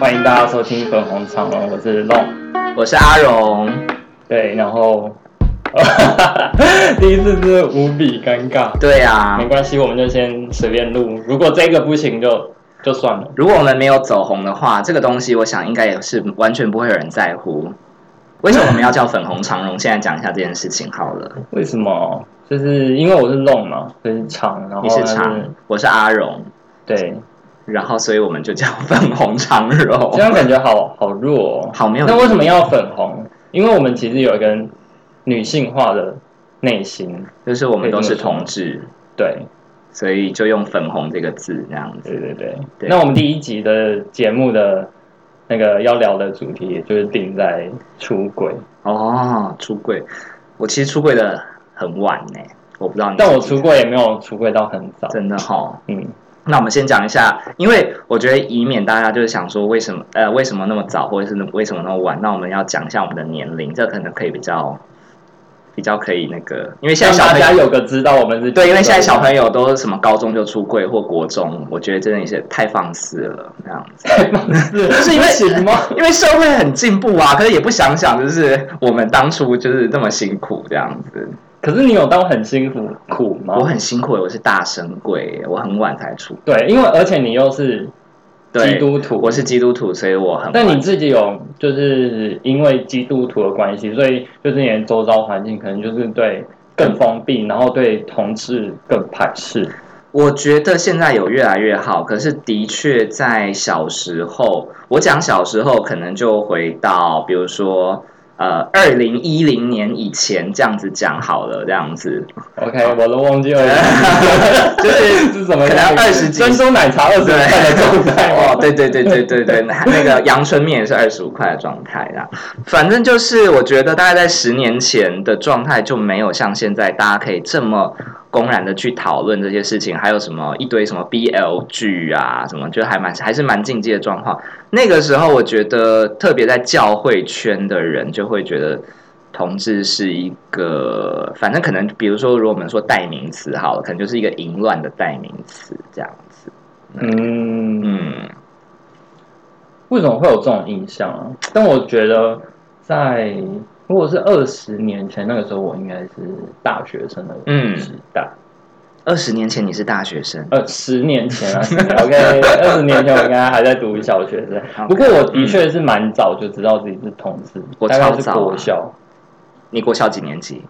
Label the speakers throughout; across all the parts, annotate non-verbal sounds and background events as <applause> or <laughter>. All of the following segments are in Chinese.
Speaker 1: 欢迎大家收听《粉红长龙》，我是 Long。
Speaker 2: 我是阿荣，
Speaker 1: 对，然后 <laughs> 第一次真的无比尴尬，
Speaker 2: 对啊
Speaker 1: 没，关系，我们就先随便录。如果这个不行就就算了。
Speaker 2: 如果我们没有走红的话，这个东西我想应该也是完全不会有人在乎。为什么我们要叫粉红长荣？现在讲一下这件事情好了。
Speaker 1: 为什么？就是因为我是 Long 嘛，就是长，然后
Speaker 2: 你是
Speaker 1: 它
Speaker 2: 长，我是阿荣，
Speaker 1: 对，
Speaker 2: 然后所以我们就叫粉红长
Speaker 1: <laughs> 这
Speaker 2: 荣。
Speaker 1: 样感觉好好弱、哦。
Speaker 2: 好没有
Speaker 1: 那为什么要粉红？因为我们其实有一个女性化的内心，
Speaker 2: 就是我们都是同志，
Speaker 1: 对，
Speaker 2: 所以就用粉红这个字这样子。
Speaker 1: 对对对。
Speaker 2: 对
Speaker 1: 那我们第一集的节目的那个要聊的主题，也就是定在出轨，
Speaker 2: 哦，出柜，我其实出柜的很晚呢、我不知道你知
Speaker 1: 但
Speaker 2: 不知道。
Speaker 1: 我出轨也没有出轨到很早，
Speaker 2: 真的哈、
Speaker 1: 嗯，
Speaker 2: 那我们先讲一下，因为我觉得以免大家就是想说为什么呃为什么那么早，或者是为什么那么晚，那我们要讲一下我们的年龄，这可能可以比较比较可以那个，因为现
Speaker 1: 让
Speaker 2: 在小
Speaker 1: 大
Speaker 2: 朋
Speaker 1: 家
Speaker 2: 友
Speaker 1: 有个知道我们是
Speaker 2: 对，因为现在小朋友都是什么高中就出柜或国中，我觉得真的是太放肆了那样子，
Speaker 1: <laughs> 是
Speaker 2: 是因为
Speaker 1: 行吗？
Speaker 2: 因为社会很进步啊，可是也不想想就是我们当初就是这么辛苦这样子，
Speaker 1: <laughs> 可是你有到很辛苦苦吗？
Speaker 2: 我很辛苦，我是大神鬼，我很晚才出，
Speaker 1: 对，因为而且你又是基
Speaker 2: 对，
Speaker 1: 督徒，
Speaker 2: 我是基督徒，所以我很
Speaker 1: 那
Speaker 2: 晚
Speaker 1: 你自己有就是因为基督徒的关系，所以就是你的周遭环境可能就是对更封闭，然后对同志更排斥。
Speaker 2: 我觉得现在有越来越好，可是的确在小时候，我讲小时候可能就回到，比如说，呃，二零一零年以前这样子讲好了，这样子，
Speaker 1: OK，我都忘
Speaker 2: <laughs>
Speaker 1: 记了，
Speaker 2: 就是
Speaker 1: 是什么
Speaker 2: 可能
Speaker 1: 样子
Speaker 2: 20几
Speaker 1: 珍珠奶茶二十块的状态吗，？
Speaker 2: 哦 <laughs> 对对对对对对，那那个阳春面也是二十五块的状态啦。反正就是我觉得大概在十年前的状态就没有像现在大家可以这么公然的去讨论这些事情，还有什么一堆什么 BL 剧啊什么，就还蛮还是蛮禁忌的状况。那个时候我觉得，特别在教会圈的人就会觉得。同志是一个，反正可能，比如说，如果我们说代名词好了，可能就是一个淫乱的代名词这样子。
Speaker 1: 嗯，
Speaker 2: 嗯，
Speaker 1: 为什么会有这种印象啊？但我觉得在如果是二十年前那个时候，我应该是大学生的
Speaker 2: 嗯
Speaker 1: 时代。
Speaker 2: 二十年前你是大学生，
Speaker 1: 呃，十年前
Speaker 2: <laughs>
Speaker 1: 啊，OK，二十年前我应该还在读小学生。不过我的确是蛮早就知道自己是同志，
Speaker 2: 我
Speaker 1: 大
Speaker 2: 超
Speaker 1: 概是
Speaker 2: 早啊
Speaker 1: 国小，
Speaker 2: 你国小几年级？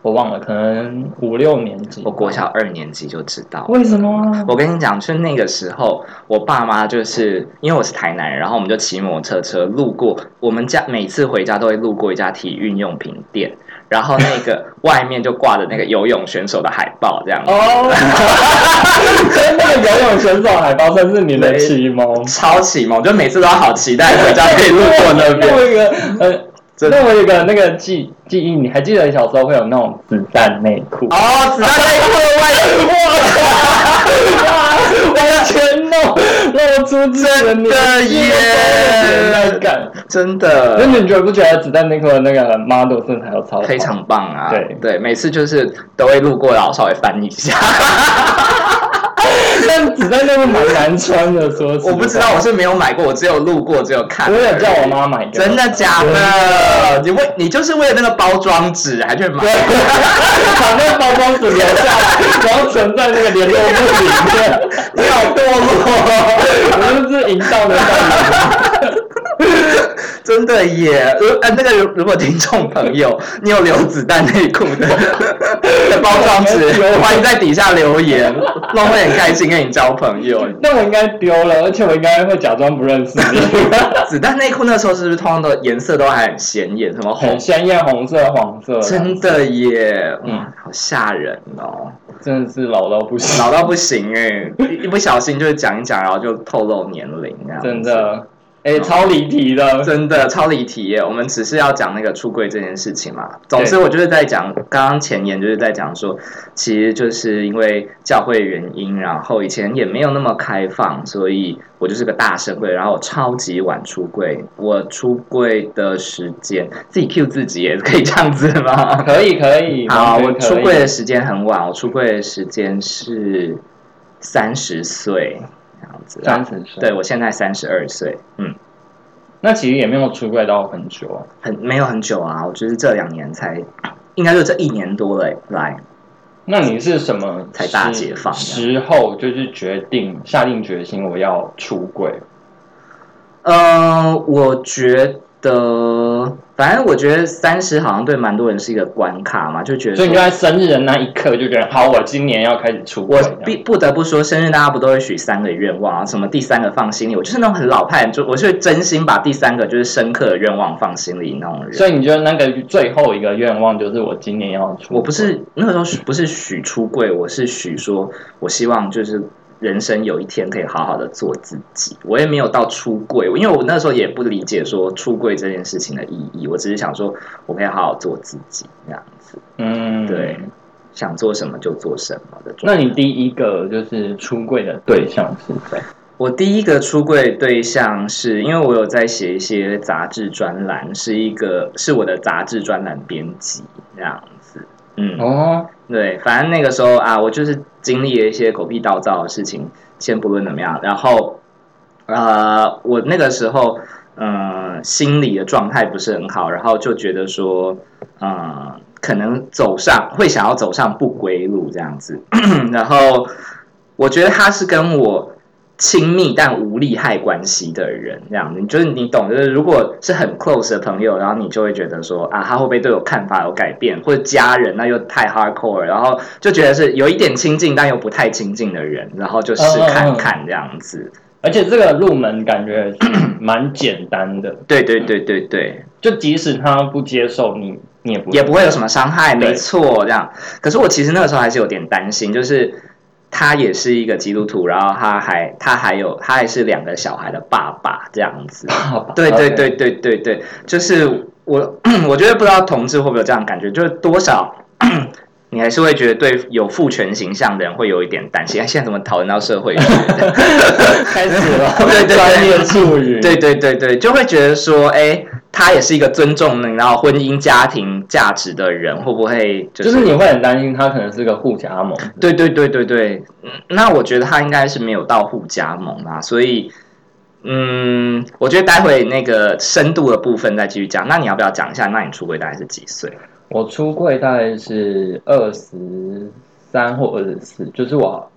Speaker 1: 我忘了，可能五六年级。
Speaker 2: 我国小，二年级就知道。
Speaker 1: 为什么啊？
Speaker 2: 我跟你讲，就那个时候，我爸妈就是因为我是台南人，然后我们就骑摩托车路过我们家，每次回家都会路过一家体育用品店，然后那个 <laughs> 外面就挂着那个游泳选手的海报，这样
Speaker 1: <laughs>
Speaker 2: 子。
Speaker 1: 哦，所以那个游泳选手海报算是你的启
Speaker 2: <laughs>
Speaker 1: 蒙。
Speaker 2: 超启蒙，就每次都好期待回家可以路过那
Speaker 1: 那
Speaker 2: 边。
Speaker 1: 我有一个呃，
Speaker 2: 真
Speaker 1: 那我有一个那个记记忆，你还记得小时候会有那种子弹内裤？
Speaker 2: <laughs> <laughs> 哦，子弹内裤的外
Speaker 1: 完全弄露出自己的年
Speaker 2: 真的耶
Speaker 1: 年代感。
Speaker 2: <laughs> 真
Speaker 1: 那
Speaker 2: 的
Speaker 1: 你觉不觉得子弹内裤的那个 model 身材有超好
Speaker 2: 非常棒啊！
Speaker 1: 对
Speaker 2: 对，每次就是都会路过，然后稍微翻一下。
Speaker 1: <laughs>
Speaker 2: <laughs>
Speaker 1: 但子弹内裤蛮难穿的，说实话
Speaker 2: 我不知道，我是没有买过，我只有路过，只有看。
Speaker 1: 我有叫我妈买给我
Speaker 2: 真的假的？你为你就是为了那个包装纸还
Speaker 1: <laughs>
Speaker 2: 去买？
Speaker 1: 对，把那个包装纸留下来，然后存在那个联络簿里面。 <laughs>
Speaker 2: 你好哦堕落，
Speaker 1: 我就是营造的效
Speaker 2: <laughs> 真的耶！如呃，那个如如果听众朋友，你有留子弹内裤
Speaker 1: <laughs>
Speaker 2: 的的包装纸
Speaker 1: 有，
Speaker 2: 欢迎在底下留言，那会很开心跟你交朋友。
Speaker 1: 应。那我应该丢了，而且我应该会假装不认识你。
Speaker 2: 子弹内裤那时候是不是通常都颜色都还很显眼，什么
Speaker 1: 很
Speaker 2: 红？
Speaker 1: 鲜艳，红色、黄色，
Speaker 2: 真的耶，
Speaker 1: 嗯
Speaker 2: 嗯，好吓人哦。
Speaker 1: 真的是老到不行，
Speaker 2: 老到不行哎、一一不小心就是讲一讲，然后就透露年龄这样子
Speaker 1: 真的，哎、超离题的。
Speaker 2: 真的超离题耶！我们只是要讲那个出柜这件事情嘛。总之，
Speaker 1: 对
Speaker 2: 我就是在讲，刚刚前言就是在讲说，其实就是因为教会原因，然后以前也没有那么开放，所以我就是个大神柜，然后我超级晚出柜。我出柜的时间，自己 Q 自己也可以这样子吗？
Speaker 1: 可以可以，
Speaker 2: 好，我
Speaker 1: 完全
Speaker 2: 出
Speaker 1: 可以
Speaker 2: 柜的时间很晚，我出柜的时间是三十岁这样子。
Speaker 1: 三十岁，
Speaker 2: 对，我现在三十二岁，嗯，
Speaker 1: 那其实也没有出柜到很久啊，
Speaker 2: 很没有很久啊，我觉得这两年才，应该就这一年多了来。
Speaker 1: 那你是什么
Speaker 2: 才大解放
Speaker 1: 时时候，就是决定下定决心我要出柜？
Speaker 2: 呃，我觉得，反正我觉得三十好像对蛮多人是一个关卡嘛，就觉得
Speaker 1: 所以你就
Speaker 2: 说
Speaker 1: 在生日的那一刻就觉得，好，我今年要开始出柜
Speaker 2: 我
Speaker 1: 这样。
Speaker 2: 必不得不说，生日大家不都会许三个愿望啊？什么第三个放心里，我就是那种很老派，就我是真心把第三个就是深刻的愿望放心里那种人。
Speaker 1: 所以你觉得那个最后一个愿望就是我今年要出柜？
Speaker 2: 我不是那个时候许不是许出柜，我是许说，我希望就是人生有一天可以好好的做自己。我也没有到出柜，因为我那时候也不理解说出柜这件事情的意义，我只是想说我可以好好做自己，这样子
Speaker 1: 嗯，
Speaker 2: 对。想做什么就做什么的状
Speaker 1: 那
Speaker 2: 态。
Speaker 1: 你第一个就是出柜的对象是谁？
Speaker 2: 我第一个出柜对象是因为我有在写一些杂志专栏，是一个是我的杂志专栏编辑这样子。嗯，
Speaker 1: 哦，
Speaker 2: 对，反正那个时候啊，我就是经历了一些狗屁倒灶的事情，先不论怎么样。然后，呃，我那个时候，嗯，心理的状态不是很好，然后就觉得说，嗯，可能走上会想要走上不归路这样子。 <clears throat> 然后，我觉得他是跟我亲密但无利害关系的人，这样子，就是你懂，就是如果是很 close 的朋友，然后你就会觉得说啊，他会不会对我看法有改变，或者家人那又太 hardcore，了然后就觉得是有一点亲近但又不太亲近的人，然后就试看看这样子。
Speaker 1: 而且这个入门感觉是蛮简单的，
Speaker 2: 对对对对对，
Speaker 1: 就即使他不接受你，你也不
Speaker 2: 也不会有什么伤害，
Speaker 1: 对
Speaker 2: 没错，这样。可是我其实那个时候还是有点担心，就是他也是一个基督徒，然后他还他还有他还是两个小孩的爸爸这样子。
Speaker 1: 好吧？
Speaker 2: <laughs> 对对对对对对，就是我 <clears throat> 我觉得不知道同志会不会有这样的感觉，就是多少 <clears throat> 你还是会觉得对有父权形象的人会有一点担心。哎，现在怎么讨论到 <laughs> 社会学？
Speaker 1: 开始了，
Speaker 2: <laughs> 对对对
Speaker 1: 专业术语，
Speaker 2: 对对对对，就会觉得说，哎，他也是一个尊重你然后婚姻家庭价值的人，会不会就？
Speaker 1: 就是是你会很担心他可能是个互加盟，
Speaker 2: 对对对对对，嗯那我觉得他应该是没有到互加盟啦，所以。嗯，我觉得待会那个深度的部分再继续讲。那你要不要讲一下？那你出轨大概是几岁？
Speaker 1: 我出柜大概是二十三或二十四，就是我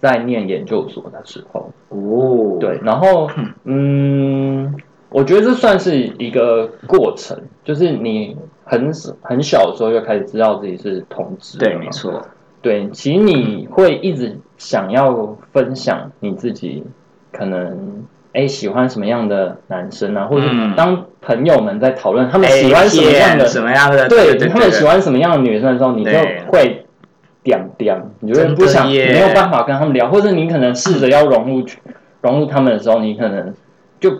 Speaker 1: 在念研究所的时候。
Speaker 2: 哦，
Speaker 1: 对，然后嗯，我觉得这算是一个过程，就是你很很小的时候就开始知道自己是同志，
Speaker 2: 对，没。错，
Speaker 1: 对，其实你会一直想要分享你自己可能。哎，喜欢什么样的男生啊？或者
Speaker 2: 嗯
Speaker 1: 当朋友们在讨论他们喜欢什么样的
Speaker 2: 哎，什么样的，
Speaker 1: 对
Speaker 2: 对对，
Speaker 1: 他们喜欢什么样的女生的时候，你就
Speaker 2: 对
Speaker 1: 会屌屌，你就会
Speaker 2: 真的
Speaker 1: 不想，你
Speaker 2: 耶
Speaker 1: 没有办法跟他们聊，或者你可能试着要融入去融入他们的时候，你可能就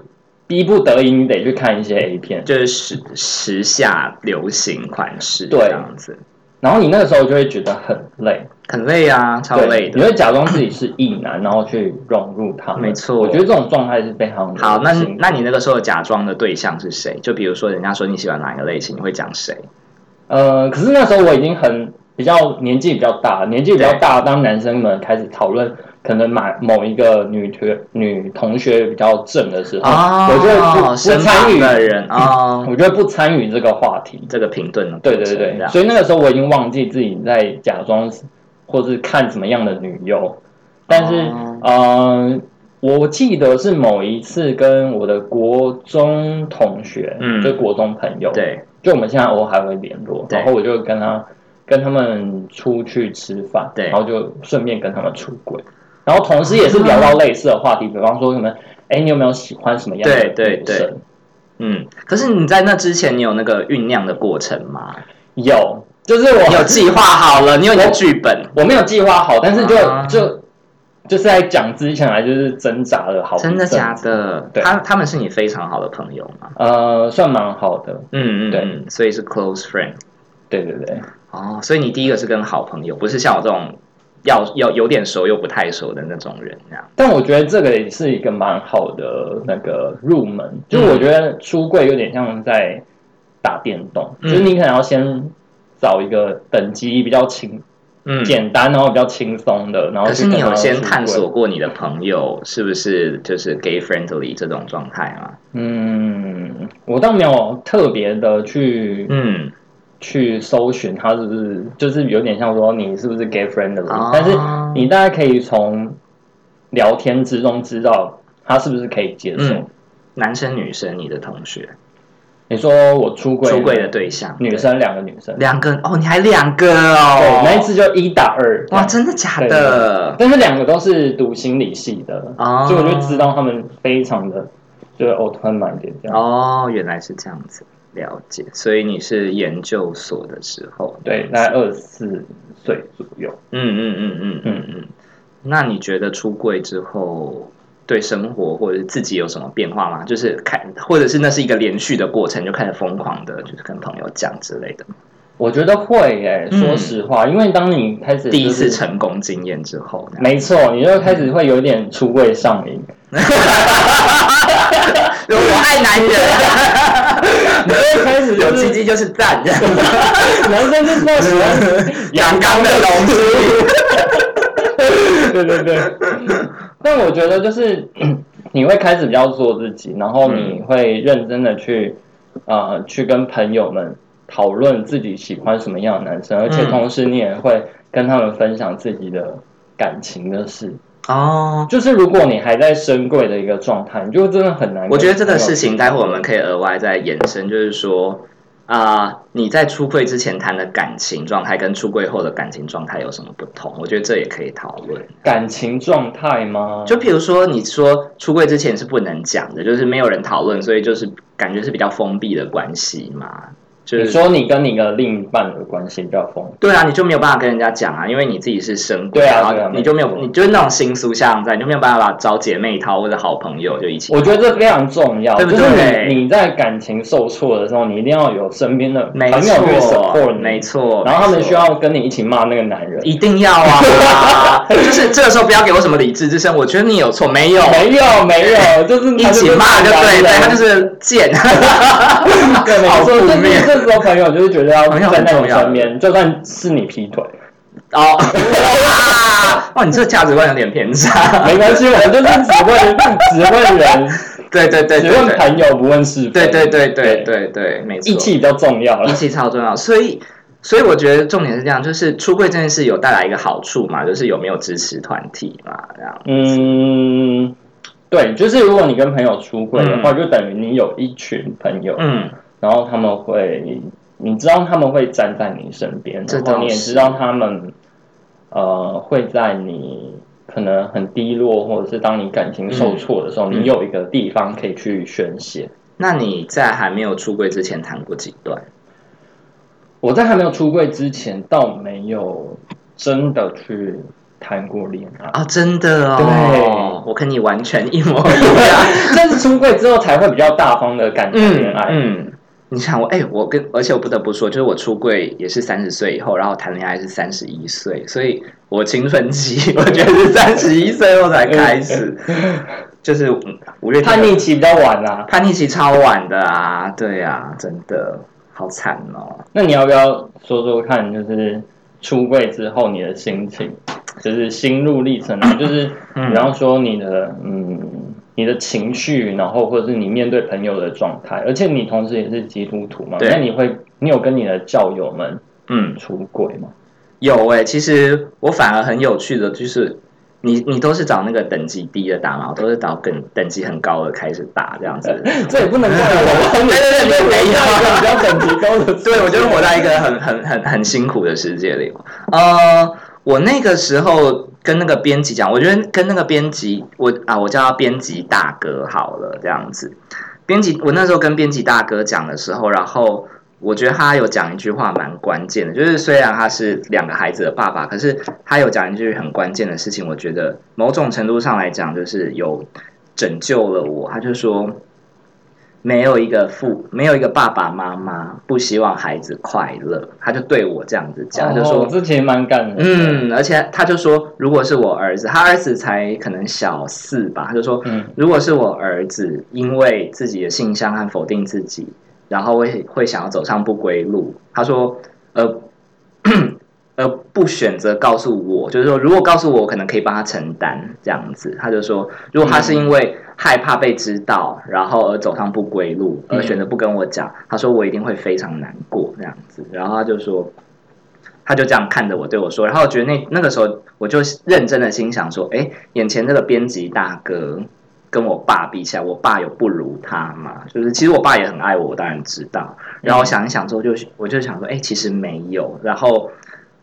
Speaker 1: 逼不得已，你得去看一些 A 片，
Speaker 2: 就是时时下流行款式
Speaker 1: 对
Speaker 2: 这样子，
Speaker 1: 然后你那个时候就会觉得很累，
Speaker 2: 很累啊，超
Speaker 1: 对
Speaker 2: 累的
Speaker 1: 你。会假装自己是异男，然后去融入他们。
Speaker 2: 没错
Speaker 1: 我觉得这种状态是非常
Speaker 2: 好，那
Speaker 1: 辛苦
Speaker 2: 那你那个时候假装的对象是谁？就比如说人家说你喜欢哪一个类型，你会讲谁？
Speaker 1: 呃，可是那时候我已经很比较年纪比较大，年纪比较大，当男生们开始讨论可能买某一个女学女同学比较正的时候，
Speaker 2: 哦
Speaker 1: 我就会不
Speaker 2: 身
Speaker 1: 不参
Speaker 2: 旁
Speaker 1: 与，
Speaker 2: 啊的人哦，
Speaker 1: 我就会不参与这个话题。
Speaker 2: 这个评论的
Speaker 1: 对对
Speaker 2: 过程
Speaker 1: 对
Speaker 2: 这
Speaker 1: 对，
Speaker 2: 样
Speaker 1: 所以那个时候我已经忘记自己在假装是或是看什么样的女优，但是、
Speaker 2: 哦
Speaker 1: 呃，我记得是某一次跟我的国中同学，
Speaker 2: 嗯
Speaker 1: 就国中朋友，
Speaker 2: 对，
Speaker 1: 就我们现在偶尔还会联络，
Speaker 2: 对
Speaker 1: 然后我就跟他跟他们出去吃饭，
Speaker 2: 对
Speaker 1: 然后就顺便跟他们出轨，然后同时也是聊到类似的话题，比方说什么，哎，你有没有喜欢什么样的
Speaker 2: 对对
Speaker 1: 女生？
Speaker 2: 嗯。可是你在那之前，你有那个酝酿的过程吗？
Speaker 1: 有，就是
Speaker 2: 你有
Speaker 1: 我
Speaker 2: 计划好了，你有你的剧本，
Speaker 1: 哦我没有计划好，但是就
Speaker 2: 啊
Speaker 1: 就就是在讲之前，还就是挣扎了好一
Speaker 2: 真的
Speaker 1: 阵
Speaker 2: 假
Speaker 1: 子？
Speaker 2: 的？
Speaker 1: 哦对
Speaker 2: 他他们是你非常好的朋友吗？
Speaker 1: 呃，算蛮好的，
Speaker 2: 嗯嗯，
Speaker 1: 对
Speaker 2: 嗯，所以是 close friend
Speaker 1: 对对对，
Speaker 2: 哦，所以你第一个是跟好朋友，不是像我这种要要有点熟又不太熟的那种人这样。
Speaker 1: 但我觉得这个也是一个蛮好的那个入门，就我觉得出柜有点像在打电动，
Speaker 2: 嗯
Speaker 1: 就是你可能要先找一个等级比较轻、
Speaker 2: 嗯
Speaker 1: 简单，然后比较轻松的，然后
Speaker 2: 可
Speaker 1: 去
Speaker 2: 是你
Speaker 1: 跟
Speaker 2: 有
Speaker 1: 他
Speaker 2: 先
Speaker 1: 出
Speaker 2: 探
Speaker 1: 柜
Speaker 2: 索过你的朋友是不是就是 gay friendly 这种状态吗？
Speaker 1: 嗯，我倒没有特别的去、
Speaker 2: 嗯，
Speaker 1: 去搜寻他是不是，就是有点像说你是不是 gay friendly，、
Speaker 2: 哦
Speaker 1: 但是你大概可以从聊天之中知道他是不是可以接受。
Speaker 2: 嗯男生女生，你的同学
Speaker 1: 你说我出柜
Speaker 2: 出柜的对象，
Speaker 1: 女生两个女生
Speaker 2: 对，两个哦，你还两个哦，
Speaker 1: 对，那一次就一打二，
Speaker 2: 哇，真的假
Speaker 1: 对对
Speaker 2: 的？
Speaker 1: 但是两个都是读心理系的，
Speaker 2: 哦，
Speaker 1: 所以我就知道他们非常的就是 open minded 这样。
Speaker 2: 哦，原来是这样子，了解。所以你是研究所的时候，
Speaker 1: 对，大概二十四岁左右。
Speaker 2: 嗯嗯嗯嗯嗯嗯。那你觉得出柜之后对生活或者是自己有什么变化吗？就是看，或者是那是一个连续的过程，就开始疯狂的，就是跟朋友讲之类的。
Speaker 1: 我觉得会耶，
Speaker 2: 嗯
Speaker 1: 说实话，因为当你开始、
Speaker 2: 第一次，成功经验之后，那样
Speaker 1: 没错，你就开始会有点出柜上 <laughs> 瘾，
Speaker 2: 我爱男人，
Speaker 1: 你
Speaker 2: <laughs>
Speaker 1: 就会开始
Speaker 2: 有
Speaker 1: 就
Speaker 2: 鸡
Speaker 1: 是
Speaker 2: 鸡就是赞，
Speaker 1: <laughs> 男生就是那喜欢 <laughs>
Speaker 2: 阳刚的东西。 <laughs>
Speaker 1: 对对对。
Speaker 2: 嗯
Speaker 1: 但我觉得就是 <clears throat> 你会开始比较做自己，然后你
Speaker 2: 嗯
Speaker 1: 会认真的去、呃去跟朋友们讨论自己喜欢什么样的男生，而且
Speaker 2: 嗯
Speaker 1: 同时你也会跟他们分享自己的感情的事。
Speaker 2: 哦，
Speaker 1: 就是如果你还在深柜的一个状态，你就真的很难跟朋友。
Speaker 2: 我觉得这个事情待会我们可以额外再延伸，就是说。啊、你在出柜之前谈的感情状态跟出柜后的感情状态有什么不同？我觉得这也可以讨论。
Speaker 1: 感情状态吗？
Speaker 2: 就比如说，你说出柜之前是不能讲的，就是没有人讨论，所以就是感觉是比较封闭的关系嘛。就
Speaker 1: 你
Speaker 2: 是
Speaker 1: 说你跟你的另一半的关系比较丰富，
Speaker 2: 对啊，你就没有办法跟人家讲啊，因为你自己是神鬼，
Speaker 1: 对啊对
Speaker 2: 然
Speaker 1: 啊
Speaker 2: 后你就没有，
Speaker 1: 没错
Speaker 2: 你就是那种心俗相在，你就没有办法找姐妹淘或者好朋友就一起。
Speaker 1: 我觉得这非常重要，
Speaker 2: 对不对
Speaker 1: 就是你你在感情受挫的时候，你一定要有身边的朋
Speaker 2: 没
Speaker 1: 友去 support
Speaker 2: 错，
Speaker 1: 你，
Speaker 2: 没错，
Speaker 1: 然后他
Speaker 2: 没
Speaker 1: 们
Speaker 2: 错
Speaker 1: 需要跟你一起骂那个男人。
Speaker 2: 一定
Speaker 1: <laughs>
Speaker 2: 要啊，就是这个时候不要给我什么理智之声，我觉得你有错，没有，
Speaker 1: 没有没
Speaker 2: <laughs>
Speaker 1: 有，就是
Speaker 2: 一起骂就对，对他就是
Speaker 1: <laughs>
Speaker 2: 是贱。
Speaker 1: 骂男人对，没
Speaker 2: 好
Speaker 1: 错，
Speaker 2: 负
Speaker 1: 就是
Speaker 2: 面
Speaker 1: 这时候朋友就是觉得要
Speaker 2: 朋友很
Speaker 1: 站在你
Speaker 2: 重要
Speaker 1: 身边，就算是你劈腿， <laughs>
Speaker 2: 哦， <laughs> 哇，你这个价值观有点偏差。
Speaker 1: 没关系，我们就是只问只问人，
Speaker 2: 对对 <laughs> 对
Speaker 1: 只
Speaker 2: 对
Speaker 1: 问
Speaker 2: 对
Speaker 1: 朋友不问是非，
Speaker 2: 对对对对对对，没错，
Speaker 1: 义气比较重要
Speaker 2: 义
Speaker 1: 了。
Speaker 2: 气超重要，所以。所以我觉得重点是这样，就是出柜这件事有带来一个好处嘛，就是有没有支持团体嘛，这样。
Speaker 1: 嗯，对，就是如果你跟朋友出轨的话，就等于你有一群朋友，
Speaker 2: 嗯，
Speaker 1: 然后他们会，你知道他们会站在你身边，
Speaker 2: 这
Speaker 1: 然
Speaker 2: 倒是
Speaker 1: 后你也知道他们，呃，会在你可能很低落，或者是当你感情受挫的时候，
Speaker 2: 嗯
Speaker 1: 你有一个地方可以去宣泄。
Speaker 2: 那你在还没有出柜之前谈过几段？
Speaker 1: 我在还没有出柜之前，倒没有真的去谈过恋爱， <laughs>
Speaker 2: 哦，真的哦，
Speaker 1: 对
Speaker 2: 我跟你完全一模一样。
Speaker 1: 但是出柜之后才会比较大方的感情恋爱。
Speaker 2: 嗯，你想我，哎、我跟，而且我不得不说，就是我出柜也是三十岁以后，然后谈恋爱是三十一岁，所以我青春期 <laughs> 我觉得是三十一岁后才开始，就是嗯五月天
Speaker 1: 叛
Speaker 2: 的
Speaker 1: 逆期比较晚啊啦、
Speaker 2: 叛逆期超晚的啊，对啊，真的好惨哦。
Speaker 1: 那你要不要说说看，就是出柜之后你的心情，就是心路历程啊，就是
Speaker 2: 嗯
Speaker 1: 比方说你的嗯你的情绪，然后或者是你面对朋友的状态，而且你同时也是基督徒嘛，
Speaker 2: 对
Speaker 1: 那你会你有跟你的教友们
Speaker 2: 嗯，
Speaker 1: 出轨吗？
Speaker 2: 有哎、其实我反而很有趣的，就是你你都是找那个等级低的打嘛，我都是找更等级很高的开始打这样子。
Speaker 1: <laughs> 这也不能怪 <laughs> 我，啊
Speaker 2: 对对对，没有。
Speaker 1: <laughs> 比较等级高的，
Speaker 2: <laughs> 对，我觉得活在一个很很很很辛苦的世界里。呃，我那个时候跟那个编辑讲，我觉得跟那个编辑，我啊，我叫他编辑大哥好了，这样子。编辑，我那时候跟编辑大哥讲的时候，然后我觉得他有讲一句话蛮关键的，就是虽然他是两个孩子的爸爸，可是他有讲一句很关键的事情，我觉得某种程度上来讲，就是有拯救了我。他就说，没有一个父，没有一个爸爸妈妈不希望孩子快乐，他就对我这样子讲，他就说
Speaker 1: 哦这其实蛮感人的，
Speaker 2: 嗯，而且他就说，如果是我儿子，他儿子才可能小四吧，他就说，
Speaker 1: 嗯
Speaker 2: 如果是我儿子，因为自己的性向和否定自 <clears throat> 己，然后会会想要走上不归路，他说，呃，而不选择告诉我，就是说，如果告诉我，我可能可以帮他承担这样子。他就说，如果他是因为害怕被知道，然后而走上不归路，而选择不跟我讲，他说我一定会非常难过这样子。然后他就说，他就这样看着我对我说，然后我觉得那那个时候我就认真的心想说，哎，眼前这个编辑大哥。跟我爸比起来，我爸有不如他吗？就是其实我爸也很爱我，我当然知道。然后我想一想之后就，我就想说，哎、其实没有。然后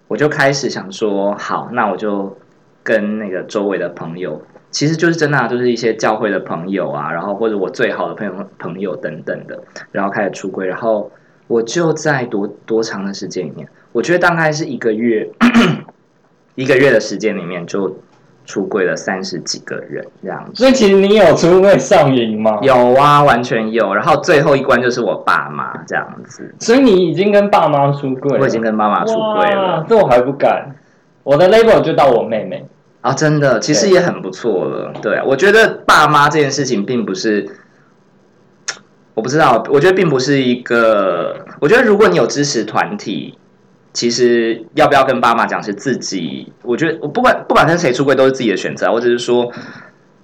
Speaker 2: 我就开始想说，好，那我就跟那个周围的朋友，其实就是真的、啊，就是一些教会的朋友啊，然后或者我最好的朋友朋友等等的，然后开始出柜。然后我就在多多长的时间里面，我觉得大概是一个月， <clears throat> 一个月的时间里面就出柜了三十几个人这样子。
Speaker 1: 所以其实你有出柜上瘾吗？
Speaker 2: 有啊，完全有。然后最后一关就是我爸妈这样子，
Speaker 1: 所以你已经跟爸妈出柜了，
Speaker 2: 我已经跟妈妈出柜了
Speaker 1: 哇。这我还不敢。我的 label 就到我妹妹，
Speaker 2: 啊、真的，其实
Speaker 1: 对
Speaker 2: 也很不错了。对啊，我觉得爸妈这件事情并不是，我不知道，我觉得并不是一个，我觉得如果你有支持团体。其实要不要跟爸妈讲是自己，我觉得我不管不管跟谁出柜都是自己的选择啊。我只是说，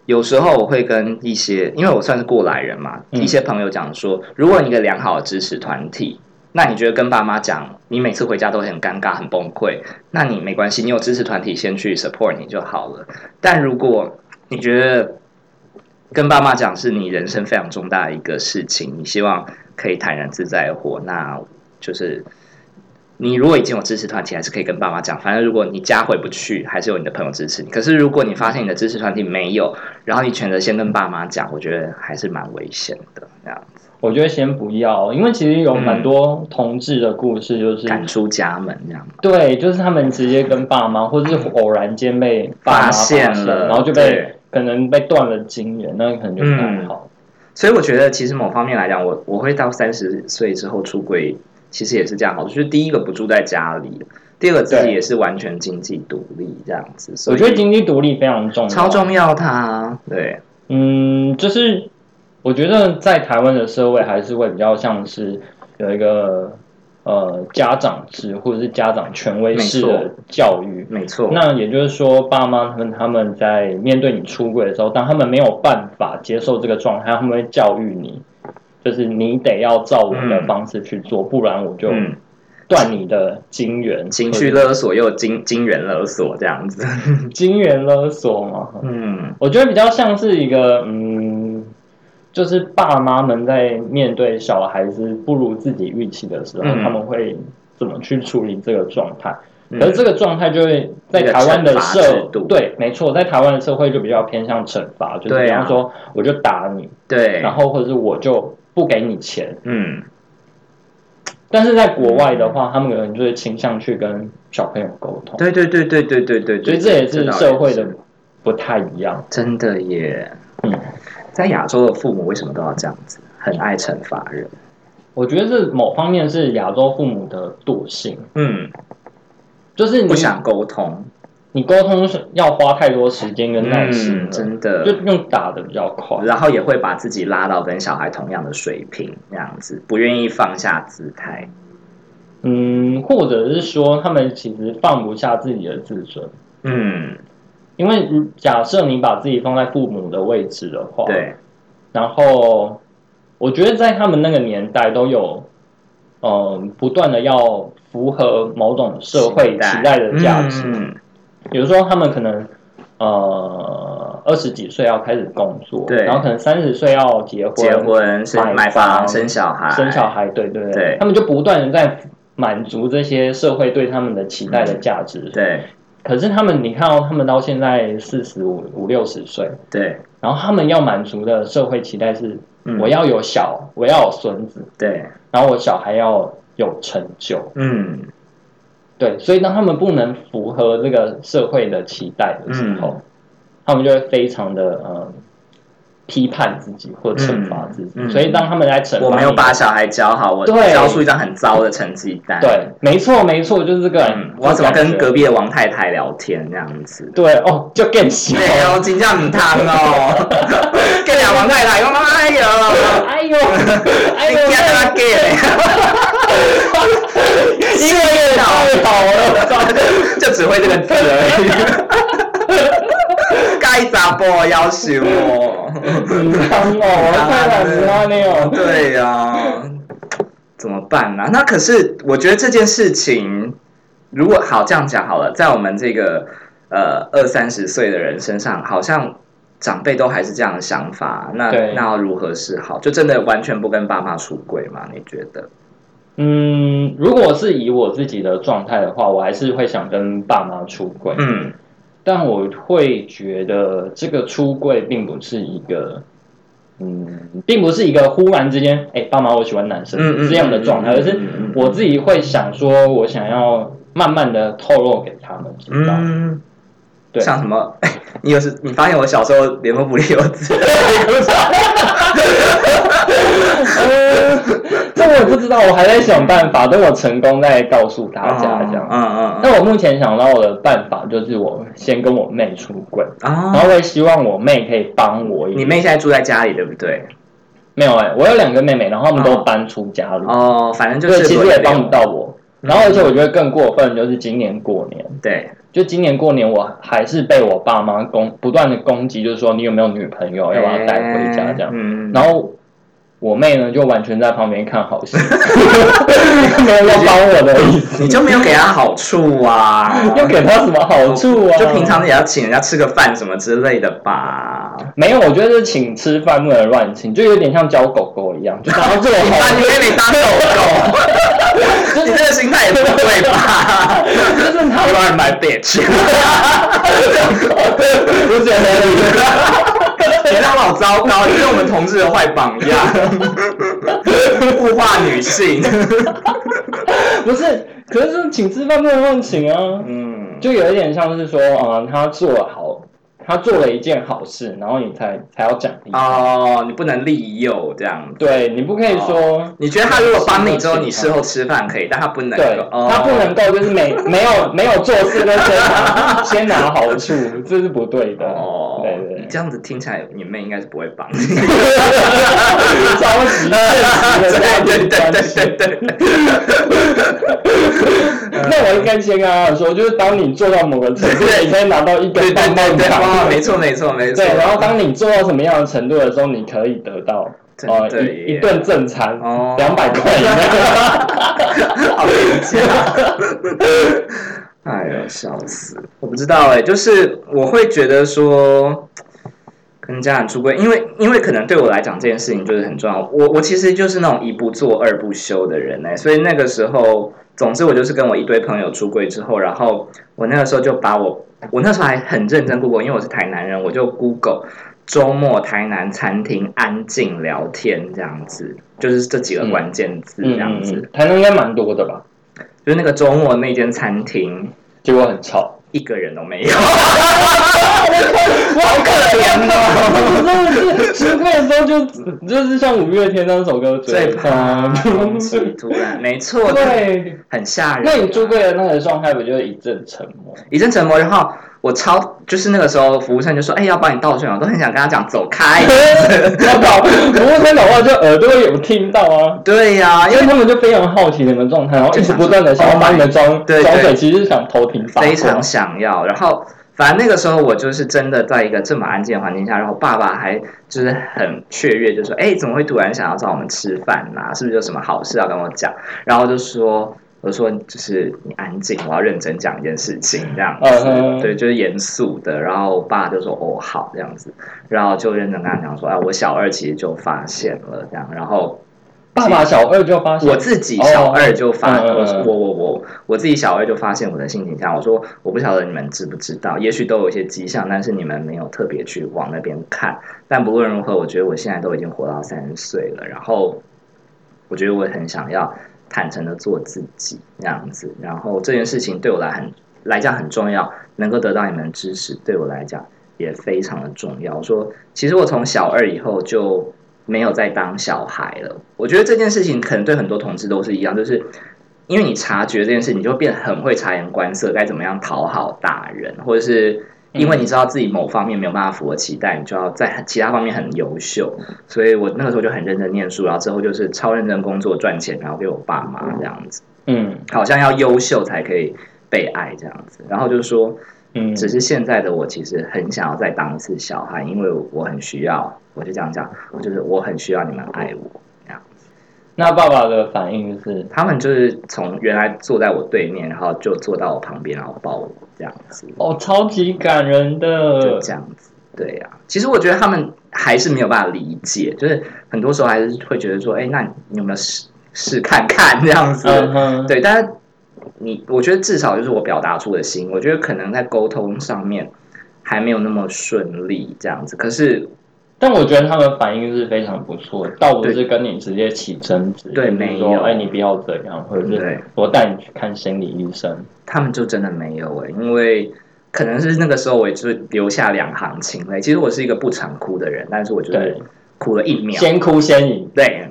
Speaker 2: 有时候我会跟一些，因为我算是过来人嘛，
Speaker 1: 嗯
Speaker 2: 一些朋友讲说，如果你有一个良好的支持团体，那你觉得跟爸妈讲，你每次回家都会很尴尬、很崩溃，那你没关系，你有支持团体先去 support 你就好了。但如果你觉得跟爸妈讲是你人生非常重大的一个事情，你希望可以坦然自在地活，那就是你如果已经有支持团体，还是可以跟爸妈讲。反正如果你家回不去，还是有你的朋友支持你。可是如果你发现你的支持团体没有，然后你选择先跟爸妈讲，我觉得还是蛮危险的。这样
Speaker 1: 我觉得先不要，因为其实有蛮多同志的故事，就是、
Speaker 2: 赶出家门这样。
Speaker 1: 对，就是他们直接跟爸妈，或者是偶然间被爸妈
Speaker 2: 发现了
Speaker 1: 然后就被
Speaker 2: 对嗯
Speaker 1: 可能被断了经源，那可能就不太好。
Speaker 2: 所以我觉得，其实某方面来讲，我我会到三十岁之后出轨，其实也是这样好处，就是第一个不住在家里，第二个自己
Speaker 1: 对
Speaker 2: 也是完全经济独立这样子。所以
Speaker 1: 我觉得经济独立非常重要，
Speaker 2: 超重要它，对，
Speaker 1: 嗯，就是我觉得在台湾的社会还是会比较像是有一个呃家长制或者是家长权威式
Speaker 2: 没
Speaker 1: 的教育。
Speaker 2: 没错，嗯
Speaker 1: 那也就是说，爸妈他们他们在面对你出轨的时候，当他们没有办法接受这个状态，他们会教育你，就是你得要照我的方式去做，不然我就
Speaker 2: 嗯，
Speaker 1: 断你的金源，
Speaker 2: 情绪勒索又金金元勒索这样子，
Speaker 1: 金源勒索嘛。
Speaker 2: 嗯
Speaker 1: 我觉得比较像是一个，嗯，就是爸妈们在面对小孩子不如自己预期的时候，
Speaker 2: 嗯
Speaker 1: 他们会怎么去处理这个状态？
Speaker 2: 嗯
Speaker 1: 可是这个状态就会在台湾的
Speaker 2: 一个
Speaker 1: 社
Speaker 2: 惩罚制度
Speaker 1: 对，没错，在台湾的社会就比较偏向惩罚，就是
Speaker 2: 对
Speaker 1: 比
Speaker 2: 啊
Speaker 1: 方说我就打你，
Speaker 2: 对
Speaker 1: 然，后或者是我就不给你钱。
Speaker 2: 嗯，
Speaker 1: 但是在国外的话，他们可能就是倾向去跟小朋友沟通，
Speaker 2: 对对对对对对对
Speaker 1: 所
Speaker 2: 对，
Speaker 1: 以这也是
Speaker 2: 倒
Speaker 1: 社会的不太一样。
Speaker 2: 真的耶，
Speaker 1: 嗯，
Speaker 2: 在亚洲的父母为什么都要这样子，很爱惩罚人，
Speaker 1: 我觉得这某方面是亚洲父母的惰性，
Speaker 2: 嗯，
Speaker 1: 就是你
Speaker 2: 不想沟通。
Speaker 1: 你沟通是要花太多时间跟耐心了
Speaker 2: 嗯、真
Speaker 1: 就
Speaker 2: 的。
Speaker 1: 用打的比较快。
Speaker 2: 然后也会把自己拉到跟小孩同样的水平，那样子不愿意放下姿态。
Speaker 1: 嗯，或者是说他们其实放不下自己的自尊，
Speaker 2: 嗯，
Speaker 1: 因为假设你把自己放在父母的位置的话，，
Speaker 2: 对，
Speaker 1: 然后我觉得在他们那个年代都有，嗯，不断的要符合某种社会期待的价值，
Speaker 2: 嗯，
Speaker 1: 比如说他们可能呃二十几岁要开始工作，
Speaker 2: 对
Speaker 1: 然后可能三十岁要结婚，
Speaker 2: 结婚、生
Speaker 1: 买
Speaker 2: 买房、
Speaker 1: 房
Speaker 2: 生小孩、
Speaker 1: 生小孩，对对对，
Speaker 2: 对
Speaker 1: 他们就不断的在满足这些社会对他们的期待的价值。
Speaker 2: 对
Speaker 1: 可是他们，你看到、哦他们到现在四十五五六十岁，
Speaker 2: 对
Speaker 1: 然后他们要满足的社会期待是，
Speaker 2: 嗯
Speaker 1: 我要有小，我要有孙子，
Speaker 2: 对，
Speaker 1: 然后我小孩要有成就。
Speaker 2: 嗯
Speaker 1: 对，所以当他们不能符合这个社会的期待的时
Speaker 2: 嗯
Speaker 1: 候，他们就会非常的呃批判自己或惩罚自己。
Speaker 2: 嗯嗯
Speaker 1: 所以当他们来惩罚你，
Speaker 2: 我没有把小孩教好，我
Speaker 1: 对
Speaker 2: 教出一张很糟的成绩单。，
Speaker 1: 对，没错没错，就是这个。
Speaker 2: 嗯，我要怎么
Speaker 1: 这
Speaker 2: 跟
Speaker 1: 个感觉
Speaker 2: 隔壁的王太太聊天这样
Speaker 1: <laughs>
Speaker 2: 子？
Speaker 1: 对哦，就更喜
Speaker 2: <laughs> 对
Speaker 1: 欢。
Speaker 2: 哦，金酱米汤哦， <laughs> 跟你讲王太太，我妈妈哎呦，
Speaker 1: 哎呦，哎
Speaker 2: 你
Speaker 1: 呦，
Speaker 2: 家他给。 <laughs>
Speaker 1: 因为也太好了，
Speaker 2: 只会这个字
Speaker 1: <laughs>
Speaker 2: 而已。该咋播要求我？
Speaker 1: 嗯，当哦，我太懒了，你哦。
Speaker 2: 对呀、怎么办呢、那可是我觉得这件事情，如果好这样讲好了，在我们这个呃二三十岁的人身上，好像长辈都还是这样的想法。那
Speaker 1: 对
Speaker 2: 那要如何是好？就真的完全不跟爸妈出轨吗？你觉得？
Speaker 1: 嗯，如果是以我自己的状态的话，我还是会想跟爸妈出轨，
Speaker 2: 嗯
Speaker 1: 但我会觉得这个出柜并不是一个，嗯，并不是一个忽然之间，哎、爸妈我喜欢男生、
Speaker 2: 嗯嗯，
Speaker 1: 这样的状态，而是
Speaker 2: 嗯
Speaker 1: 我自己会想说，我想要慢慢的透露给他们知道。
Speaker 2: 嗯，
Speaker 1: 对
Speaker 2: 像什么？ <laughs> 你有时你发现我小时候联合不利有字，
Speaker 1: 呃 <laughs> 这我不知道，我还在想办法，等我成功再告诉大家这样。
Speaker 2: 嗯嗯嗯，
Speaker 1: 那我目前想到的办法就是，我先跟我妹出轨，然
Speaker 2: 哦，
Speaker 1: 后我也希望我妹可以帮我一
Speaker 2: 你
Speaker 1: 点。
Speaker 2: 妹现在住在家里对不对？
Speaker 1: 没有哎、我有两个妹妹，然后她们都搬出家了，
Speaker 2: 哦，反啊正就
Speaker 1: 对，
Speaker 2: 是
Speaker 1: 其实也帮不
Speaker 2: 轮流
Speaker 1: 到我。然后而且我觉得更过分就是今年过年，
Speaker 2: 对，
Speaker 1: 就今年过年我还是被我爸妈攻不断的攻击，就是说你有没有女朋友，要把她带回家这样。
Speaker 2: 嗯，
Speaker 1: 然后我妹呢就完全在旁边看好戏， <laughs> 没有要帮我的意思，
Speaker 2: 你就没有给她好处啊？
Speaker 1: <laughs> 要给她什么好处啊？
Speaker 2: 就平常也要请人家吃个饭什么之类的吧。
Speaker 1: 没有，我觉得是请吃饭不能乱请，就有点像教狗狗一样，就想要做
Speaker 2: 你把
Speaker 1: 好，
Speaker 2: 你妹妹当狗狗，
Speaker 1: 就
Speaker 2: 你
Speaker 1: 是
Speaker 2: 这个心态也不对吧
Speaker 1: 就是他
Speaker 2: ？You are my bitch，
Speaker 1: 不是
Speaker 2: 你这样好糟糕，你是我们同志的坏榜样，物化女性。
Speaker 1: 不是，可是请吃饭不能乱请啊，
Speaker 2: 嗯，
Speaker 1: 就有一点像是说，啊、他做了好，他做了一件好事，然后你才才要奖励。
Speaker 2: 哦，你不能利诱这样子。
Speaker 1: 对你不可以说，
Speaker 2: 你觉得他如果帮你之后，你事后吃饭可以，但他不能够。
Speaker 1: 对，
Speaker 2: 哦
Speaker 1: 他不能够就是
Speaker 2: <laughs>
Speaker 1: 没没有没有做事就先拿 <laughs> 先拿好处，这是不对的。
Speaker 2: 哦，
Speaker 1: 对对
Speaker 2: 你
Speaker 1: 对，
Speaker 2: 这样子听起来，你妹应该是不会帮你。
Speaker 1: <laughs> 超级现实的
Speaker 2: 对对对
Speaker 1: 关
Speaker 2: 对
Speaker 1: 系。
Speaker 2: 对对，
Speaker 1: 那我应该先跟他说，就是当你做到某个程度，你才拿到一
Speaker 2: <laughs> 对
Speaker 1: 根
Speaker 2: 对
Speaker 1: 棒棒
Speaker 2: 对对，哦
Speaker 1: 糖。
Speaker 2: 没错没错没错。
Speaker 1: 对，然后当你做到什么样的程度的时候，你可以得到
Speaker 2: 真
Speaker 1: 呃
Speaker 2: 的耶
Speaker 1: 一一顿正餐
Speaker 2: 哦
Speaker 1: 两百块以内。
Speaker 2: <laughs> 好廉价。 <laughs> 哎呦，笑死！我不知道哎、就是我会觉得说，跟家人出柜，因为因为可能对我来讲这件事情就是很重要。我我其实就是那种一不做二不休的人哎、所以那个时候，总之我就是跟我一堆朋友出柜之后，然后我那个时候就把我我那时候还很认真 Google，因为我是台南人，我就 Google 周末台南餐厅安静聊天这样子，就是这几个
Speaker 1: 嗯
Speaker 2: 关键字
Speaker 1: <laughs> 嗯
Speaker 2: 这样子。
Speaker 1: 嗯嗯台南应该蛮多的吧？
Speaker 2: 就是那个周末那间餐厅，
Speaker 1: 结果很吵。
Speaker 2: 一个人都没有。
Speaker 1: 啊
Speaker 2: <laughs>
Speaker 1: 我好可怜哦！真的是十岁的时候就就是像五月天那首歌
Speaker 2: 最怕空气
Speaker 1: 对，
Speaker 2: 突然，没错，很吓人。
Speaker 1: 那你出柜的那个状态不就是一阵沉默？
Speaker 2: 一阵沉默，然后我超就是那个时候服务生就说：“哎，要帮你倒水吗？”我都很想跟他讲走开。
Speaker 1: 要搞，不过他讲话就耳朵有听到啊。
Speaker 2: 对呀、因
Speaker 1: 因为
Speaker 2: 为
Speaker 1: 他们就非常好奇你们的状态，然后一直不断的想要把你们装
Speaker 2: 对对
Speaker 1: 装水，其实是想偷听八卦
Speaker 2: 非常想要。然后反正那个时候我就是真的在一个这么安静的环境下，然后爸爸还就是很雀跃，就说：“哎，怎么会突然想要找我们吃饭呐、是不是有什么好事要跟我讲？”然后就说。我说就是你安静，我要认真讲一件事情，这样子
Speaker 1: 嗯哼
Speaker 2: 对，就是严肃的。然后我爸就说哦好这样子，然后就认真跟他讲说，哎，我小二其实就发现了这样，然后
Speaker 1: 爸爸小二就发现
Speaker 2: 我自己小二就发，
Speaker 1: 哦嗯嗯嗯
Speaker 2: 我我我我自己小二就发现我的性倾向。我说我不晓得你们知不知道，也许都有一些迹象，但是你们没有特别去往那边看。但不论如何，我觉得我现在都已经活到三十岁了，然后我觉得我很想要坦诚的做自己那样子。然后这件事情对我来很来讲很重要，能够得到你们的支持，对我来讲也非常的重要。我说其实我从小二以后就没有再当小孩了。我觉得这件事情可能对很多同志都是一样，就是因为你察觉这件事，你就变得很会察言观色，该怎么样讨好大人，或者是因为你知道自己某方面没有办法符合期待，你就要在其他方面很优秀。所以我那个时候就很认真念书，然后之后就是超认真工作赚钱，然后给我爸妈这样子。
Speaker 1: 嗯
Speaker 2: 好像要优秀才可以被爱这样子，然后就说，
Speaker 1: 嗯，
Speaker 2: 只是现在的我其实很想要再当一次小孩，因为我很需要，我就这样讲，我就是我很需要你们爱我。
Speaker 1: 那爸爸的反应是，
Speaker 2: 他们就是从原来坐在我对面，然后就坐到我旁边，然后抱我这样子，
Speaker 1: 哦，超级感人
Speaker 2: 就
Speaker 1: 的，
Speaker 2: 这样子。对呀、其实我觉得他们还是没有办法理解，就是很多时候还是会觉得说，哎，那你有没有试试看看这样子？
Speaker 1: 嗯哼，
Speaker 2: 对，但是你，我觉得至少就是我表达出我的心，我觉得可能在沟通上面还没有那么顺利这样子。可是
Speaker 1: 但我觉得他们反应是非常不错，倒不是跟你直接起争执，就是
Speaker 2: 对没
Speaker 1: 说
Speaker 2: 有
Speaker 1: 哎你不要这样，或者
Speaker 2: 对
Speaker 1: 是我带你去看心理医生，
Speaker 2: 他们就真的没有哎、因为可能是那个时候我也就是留下两行清泪。其实我是一个不常哭的人，但是我就是
Speaker 1: 对，
Speaker 2: 哭了一秒。
Speaker 1: 先哭先赢，
Speaker 2: 对，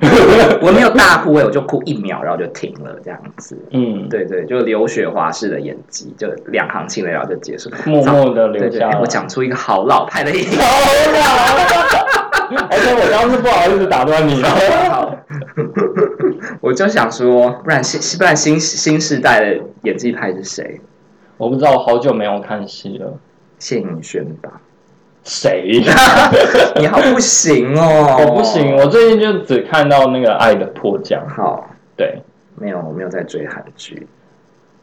Speaker 2: 我没有大哭欸，我就哭一秒，然后就停了，这样子。
Speaker 1: 嗯，
Speaker 2: 对对，就刘雪华式的演技，就两行清泪，然后就结束。
Speaker 1: 默默的
Speaker 2: 对
Speaker 1: 留
Speaker 2: 对，
Speaker 1: 下
Speaker 2: 哎
Speaker 1: 来。
Speaker 2: 我讲出一个 <laughs> 好老派的一
Speaker 1: <laughs> 好啦 <laughs> 而且我刚刚是不好意思打断你了。啊
Speaker 2: 好，我就想说，不然新不然新新时代的演技派是谁？
Speaker 1: 我不知道，我好久没有看戏了。
Speaker 2: 谢颖轩吧？ <laughs>
Speaker 1: 谁？
Speaker 2: 你好不行哦，
Speaker 1: <laughs> 我不行，我最近就只看到那个《爱的迫降》。
Speaker 2: 好
Speaker 1: 对，
Speaker 2: 没有我没有在追韩剧，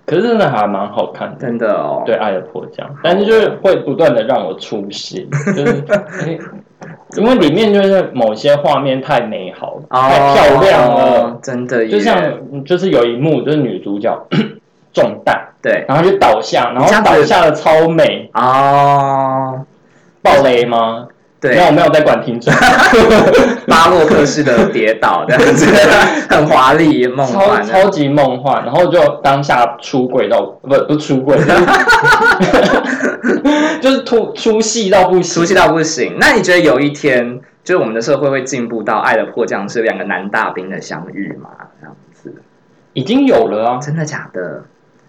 Speaker 1: 可是真的还蛮好看的。
Speaker 2: 真的哦。
Speaker 1: 对，《爱的迫降》，但是就是会不断的让我出戏，
Speaker 2: <laughs>
Speaker 1: 就是、哎因为里面就是某些画面太美好了，
Speaker 2: 哦，
Speaker 1: 太漂亮了。
Speaker 2: 真的耶，
Speaker 1: 就像就是有一幕，就是女主角 <coughs> 中弹，
Speaker 2: 对
Speaker 1: 然后就倒下，然后
Speaker 2: 这样子
Speaker 1: 倒下的超美，
Speaker 2: 哦，
Speaker 1: 爆雷吗？
Speaker 2: 对
Speaker 1: 没，有没有在管听众，
Speaker 2: 巴洛克式的跌倒这样子， <laughs> 很华丽 <laughs> 梦
Speaker 1: 超
Speaker 2: 幻啊
Speaker 1: 超级梦幻，然后就当下出轨到不不出轨，就是就是 <laughs> 突出戏到不行
Speaker 2: 熟悉到不行。那你觉得有一天，就是我们的社会会进步到《爱的迫降》是两个男大兵的相遇吗？这样子，哦
Speaker 1: 已经有了啊，
Speaker 2: 真的假的？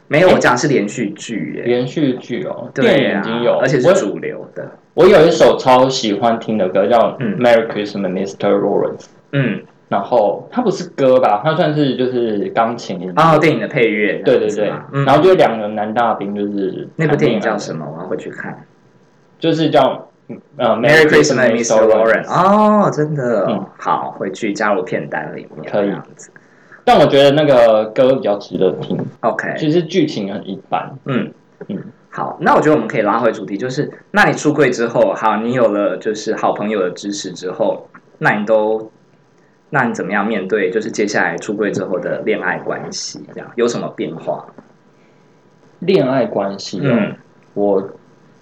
Speaker 2: 没有，我讲的是连续剧耶、
Speaker 1: 连续剧哦，电
Speaker 2: 啊对
Speaker 1: 影
Speaker 2: 啊
Speaker 1: 已经有，
Speaker 2: 而且是
Speaker 1: 我
Speaker 2: 主流的。
Speaker 1: 我有一首超喜欢听的歌叫《
Speaker 2: 嗯
Speaker 1: Merry Christmas Mr. Lawrence》，
Speaker 2: 嗯，
Speaker 1: 然后它不是歌吧，它算是就是钢琴音乐
Speaker 2: 哦，电影的配乐，
Speaker 1: 对对对，
Speaker 2: 嗯，
Speaker 1: 然后就两个男大兵就是
Speaker 2: 那部电影叫
Speaker 1: 么？
Speaker 2: 什么？我要回去看。
Speaker 1: 就是叫呃
Speaker 2: Merry Christmas, Mr. Lawrence。哦，真的、
Speaker 1: 嗯
Speaker 2: 好，回去加入片单里面
Speaker 1: 可以
Speaker 2: 这样子。
Speaker 1: 但我觉得那个歌比较值得听，
Speaker 2: OK，
Speaker 1: 其实剧情很一般。
Speaker 2: 嗯
Speaker 1: 嗯
Speaker 2: 好，那我觉得我们可以拉回主题，就是那你出柜之后，好，你有了就是好朋友的支持之后，那你都，那你怎么样面对就是接下来出柜之后的恋爱关系，这样有什么变化？
Speaker 1: 恋爱关系，哦
Speaker 2: 嗯，
Speaker 1: 我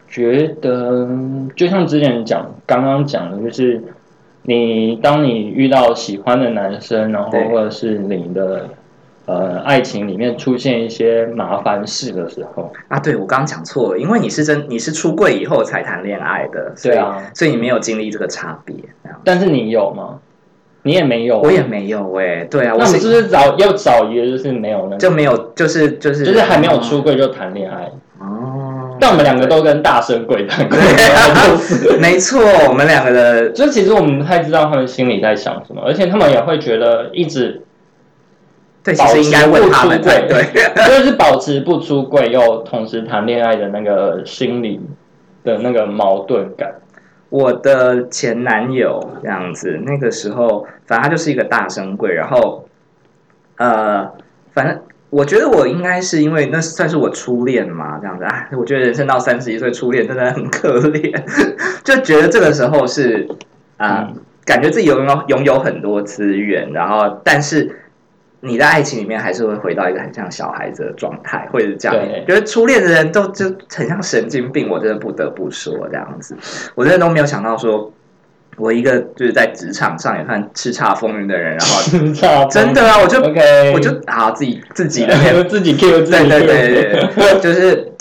Speaker 1: 觉得就像之前讲，刚刚讲的，就是你当你遇到喜欢的男生，然后
Speaker 2: 对
Speaker 1: 或者是你的呃爱情里面出现一些麻烦事的时候，
Speaker 2: 啊，对我刚刚讲错了，因为你是真你是出柜以后才谈恋爱的，所以
Speaker 1: 对啊，
Speaker 2: 所以你没有经历这个差别，这样
Speaker 1: 但是你有吗？你也没有，啊
Speaker 2: 我也。没有哎、对啊，
Speaker 1: 那
Speaker 2: 我
Speaker 1: 你是不是找要找一个就是没有那
Speaker 2: 就
Speaker 1: 个，
Speaker 2: 没有，就是嗯就是
Speaker 1: 就是还没有出柜就谈恋爱？ <laughs>
Speaker 2: 哦， <laughs>
Speaker 1: 但我们两个都跟大神鬼谈过， <laughs>
Speaker 2: 对，没错，我们两个的
Speaker 1: 就其实我们不太知道他们心里在想什么，而且他们也会觉得一直
Speaker 2: 对，其实应该问他们
Speaker 1: 保持
Speaker 2: 才
Speaker 1: 不出柜 <laughs>
Speaker 2: 对。
Speaker 1: 就是保持不出柜，又同时谈恋爱的那个心理的那个矛盾感。 <laughs>
Speaker 2: 我的前男友这样子，那个时候反正他就是一个大生贵，然后呃，反正我觉得我应该是因为那算是我初恋嘛，这样子啊，我觉得人生到三十一岁初恋真的很可怜， <laughs> 就觉得这个时候是啊、
Speaker 1: 嗯
Speaker 2: 感觉自己拥有拥有很多资源，然后但是。你在爱情里面还是会回到一个很像小孩子的状态，会是这样。
Speaker 1: 对
Speaker 2: 觉得初恋的人都就很像神经病，我真的不得不说这样子。我真的都没有想到说，我一个就是在职场上也算叱咤风云的人，然
Speaker 1: <laughs>
Speaker 2: 后真的啊，我就
Speaker 1: OK，
Speaker 2: 我就好自己自己的
Speaker 1: 自己 Q <laughs> 自己 Q，
Speaker 2: 对对对对，就是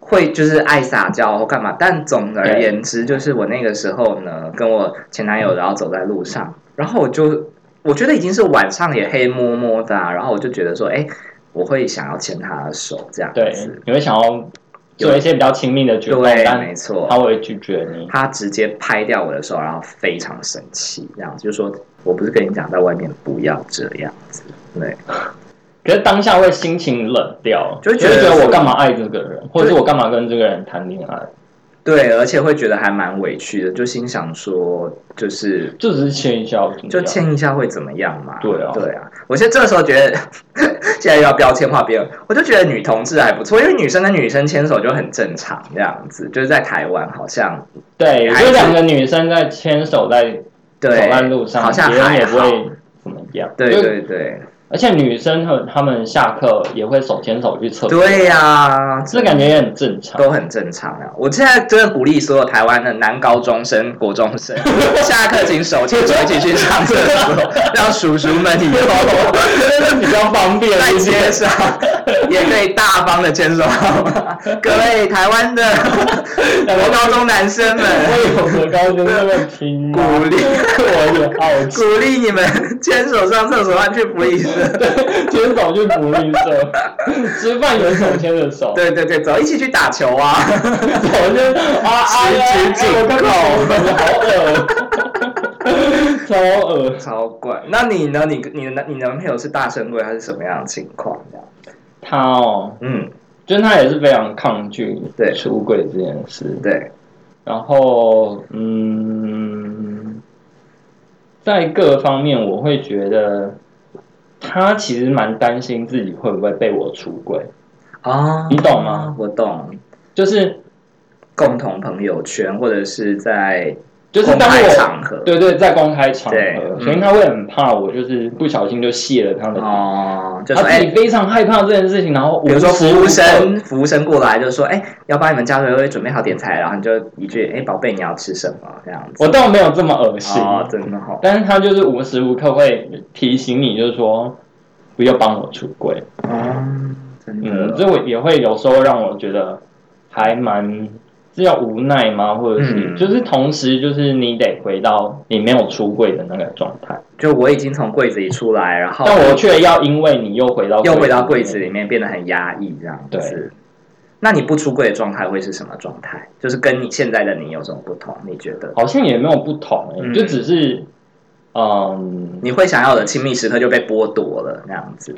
Speaker 2: 会就是爱撒娇或干嘛，但总而言之，就是我那个时候呢，跟我前男友然后走在路上，然后我就我觉得已经是晚上也黑摸摸的、啊，然后我就觉得说，哎，我会想要牵他的手这样
Speaker 1: 对
Speaker 2: 子，，
Speaker 1: 你会想要做一些比较亲密的举动，
Speaker 2: 对，
Speaker 1: 但
Speaker 2: 没错，
Speaker 1: 他会拒绝你。
Speaker 2: 他直接拍掉我的手，然后非常生气，这样子就说：“我不是跟你讲在外面不要这样子，对，
Speaker 1: 可是当下会心情冷掉，
Speaker 2: 就
Speaker 1: 就会
Speaker 2: 会觉
Speaker 1: 觉
Speaker 2: 得
Speaker 1: 得我干嘛爱这个人，或者是
Speaker 2: 对
Speaker 1: 我干嘛跟这个人谈恋爱，
Speaker 2: 对，而且会觉得还蛮委屈的，就心想说，就是
Speaker 1: 就只是牵一下，我怎么
Speaker 2: 就
Speaker 1: 样
Speaker 2: 签一下会怎么样嘛？
Speaker 1: 啊对啊
Speaker 2: 对啊。我现在这时候觉得，现在又要标签化别人，我就觉得女同志还不错，因为女生跟女生牵手就很正常，这样子，就是在台湾好像
Speaker 1: 对，
Speaker 2: 还是
Speaker 1: 就两个女生在牵手在走
Speaker 2: 对，
Speaker 1: 在路上，
Speaker 2: 好像
Speaker 1: 别人
Speaker 2: 还
Speaker 1: 也不
Speaker 2: 好，
Speaker 1: 会怎么样。
Speaker 2: 对
Speaker 1: 就
Speaker 2: 对对，
Speaker 1: 而且女生和她们下课也会手牵手去厕所，
Speaker 2: 对呀、
Speaker 1: 这感觉也很正常。
Speaker 2: 都很正常啊！我现在真的鼓励所有台湾的男高中生、国中生，下课请手牵手一起去上厕所，让叔叔们以后
Speaker 1: 真的比较方便
Speaker 2: 在
Speaker 1: 一些
Speaker 2: 街上也可以大方的牵手。各位台
Speaker 1: <laughs>
Speaker 2: 湾的国高中男生们，
Speaker 1: 我有的高中那么听吗
Speaker 2: 鼓励
Speaker 1: 我也好奇，
Speaker 2: 鼓励你们牵手上厕所，和去福利社。
Speaker 1: 牵手就不吝啬，吃饭有手牵着手，
Speaker 2: 对对对，走，一起去打球啊！
Speaker 1: 手就啊啊呀，
Speaker 2: 十指
Speaker 1: 哎
Speaker 2: 紧
Speaker 1: 我刚
Speaker 2: 扣
Speaker 1: 刚好恶，超恶。
Speaker 2: 超怪。那你呢？你你的男你男朋友是大神龟还是什么样的情况？这样，
Speaker 1: 他哦，
Speaker 2: 嗯，
Speaker 1: 就是他也是非常抗拒
Speaker 2: 对
Speaker 1: 出轨这件事，
Speaker 2: 对。
Speaker 1: 然后嗯，在各方面我会觉得。他其实蛮担心自己会不会被我出轨，
Speaker 2: 哦，
Speaker 1: 你懂吗？
Speaker 2: 我懂，
Speaker 1: 就是
Speaker 2: 共同朋友圈或者是在
Speaker 1: 就是当
Speaker 2: 公开
Speaker 1: 我
Speaker 2: 场合，
Speaker 1: 对对，在公开场
Speaker 2: 对
Speaker 1: 合，所以
Speaker 2: 嗯
Speaker 1: 他会很怕我，就是不小心就泄了他的底，
Speaker 2: 哦，就说
Speaker 1: 他
Speaker 2: 哎
Speaker 1: 自己，非常害怕这件事情，然后
Speaker 2: 比如说
Speaker 1: 无时
Speaker 2: 服
Speaker 1: 无
Speaker 2: 务
Speaker 1: 刻
Speaker 2: 生，服务生过来就说哎，要帮你们家会会准备好点菜，然后你就一句哎，宝贝你要吃什么这样子，
Speaker 1: 我倒没有这么恶心，
Speaker 2: 哦，真的好，
Speaker 1: 但是他就是无时无刻会提醒你，就是说不要帮我出轨，
Speaker 2: 哦，真
Speaker 1: 嗯，
Speaker 2: 的，
Speaker 1: 这我也会有时候让我觉得还蛮是要无奈吗？或者是、
Speaker 2: 嗯
Speaker 1: 就是同时就是你得回到你没有出轨的那个状态，
Speaker 2: 就我已经从柜子里出来，然后
Speaker 1: 但我却要因为你又回到
Speaker 2: 又回到柜
Speaker 1: 里
Speaker 2: 子
Speaker 1: 面
Speaker 2: 里面，变得很压抑这样
Speaker 1: 对
Speaker 2: 子。那你不出柜的状态会是什么状态？就是跟你现在的你有什么不同？你觉得
Speaker 1: 好像也没有不同、欸
Speaker 2: 嗯
Speaker 1: 就只是，嗯，
Speaker 2: 你会想要的亲密时刻就被剥夺了，那样子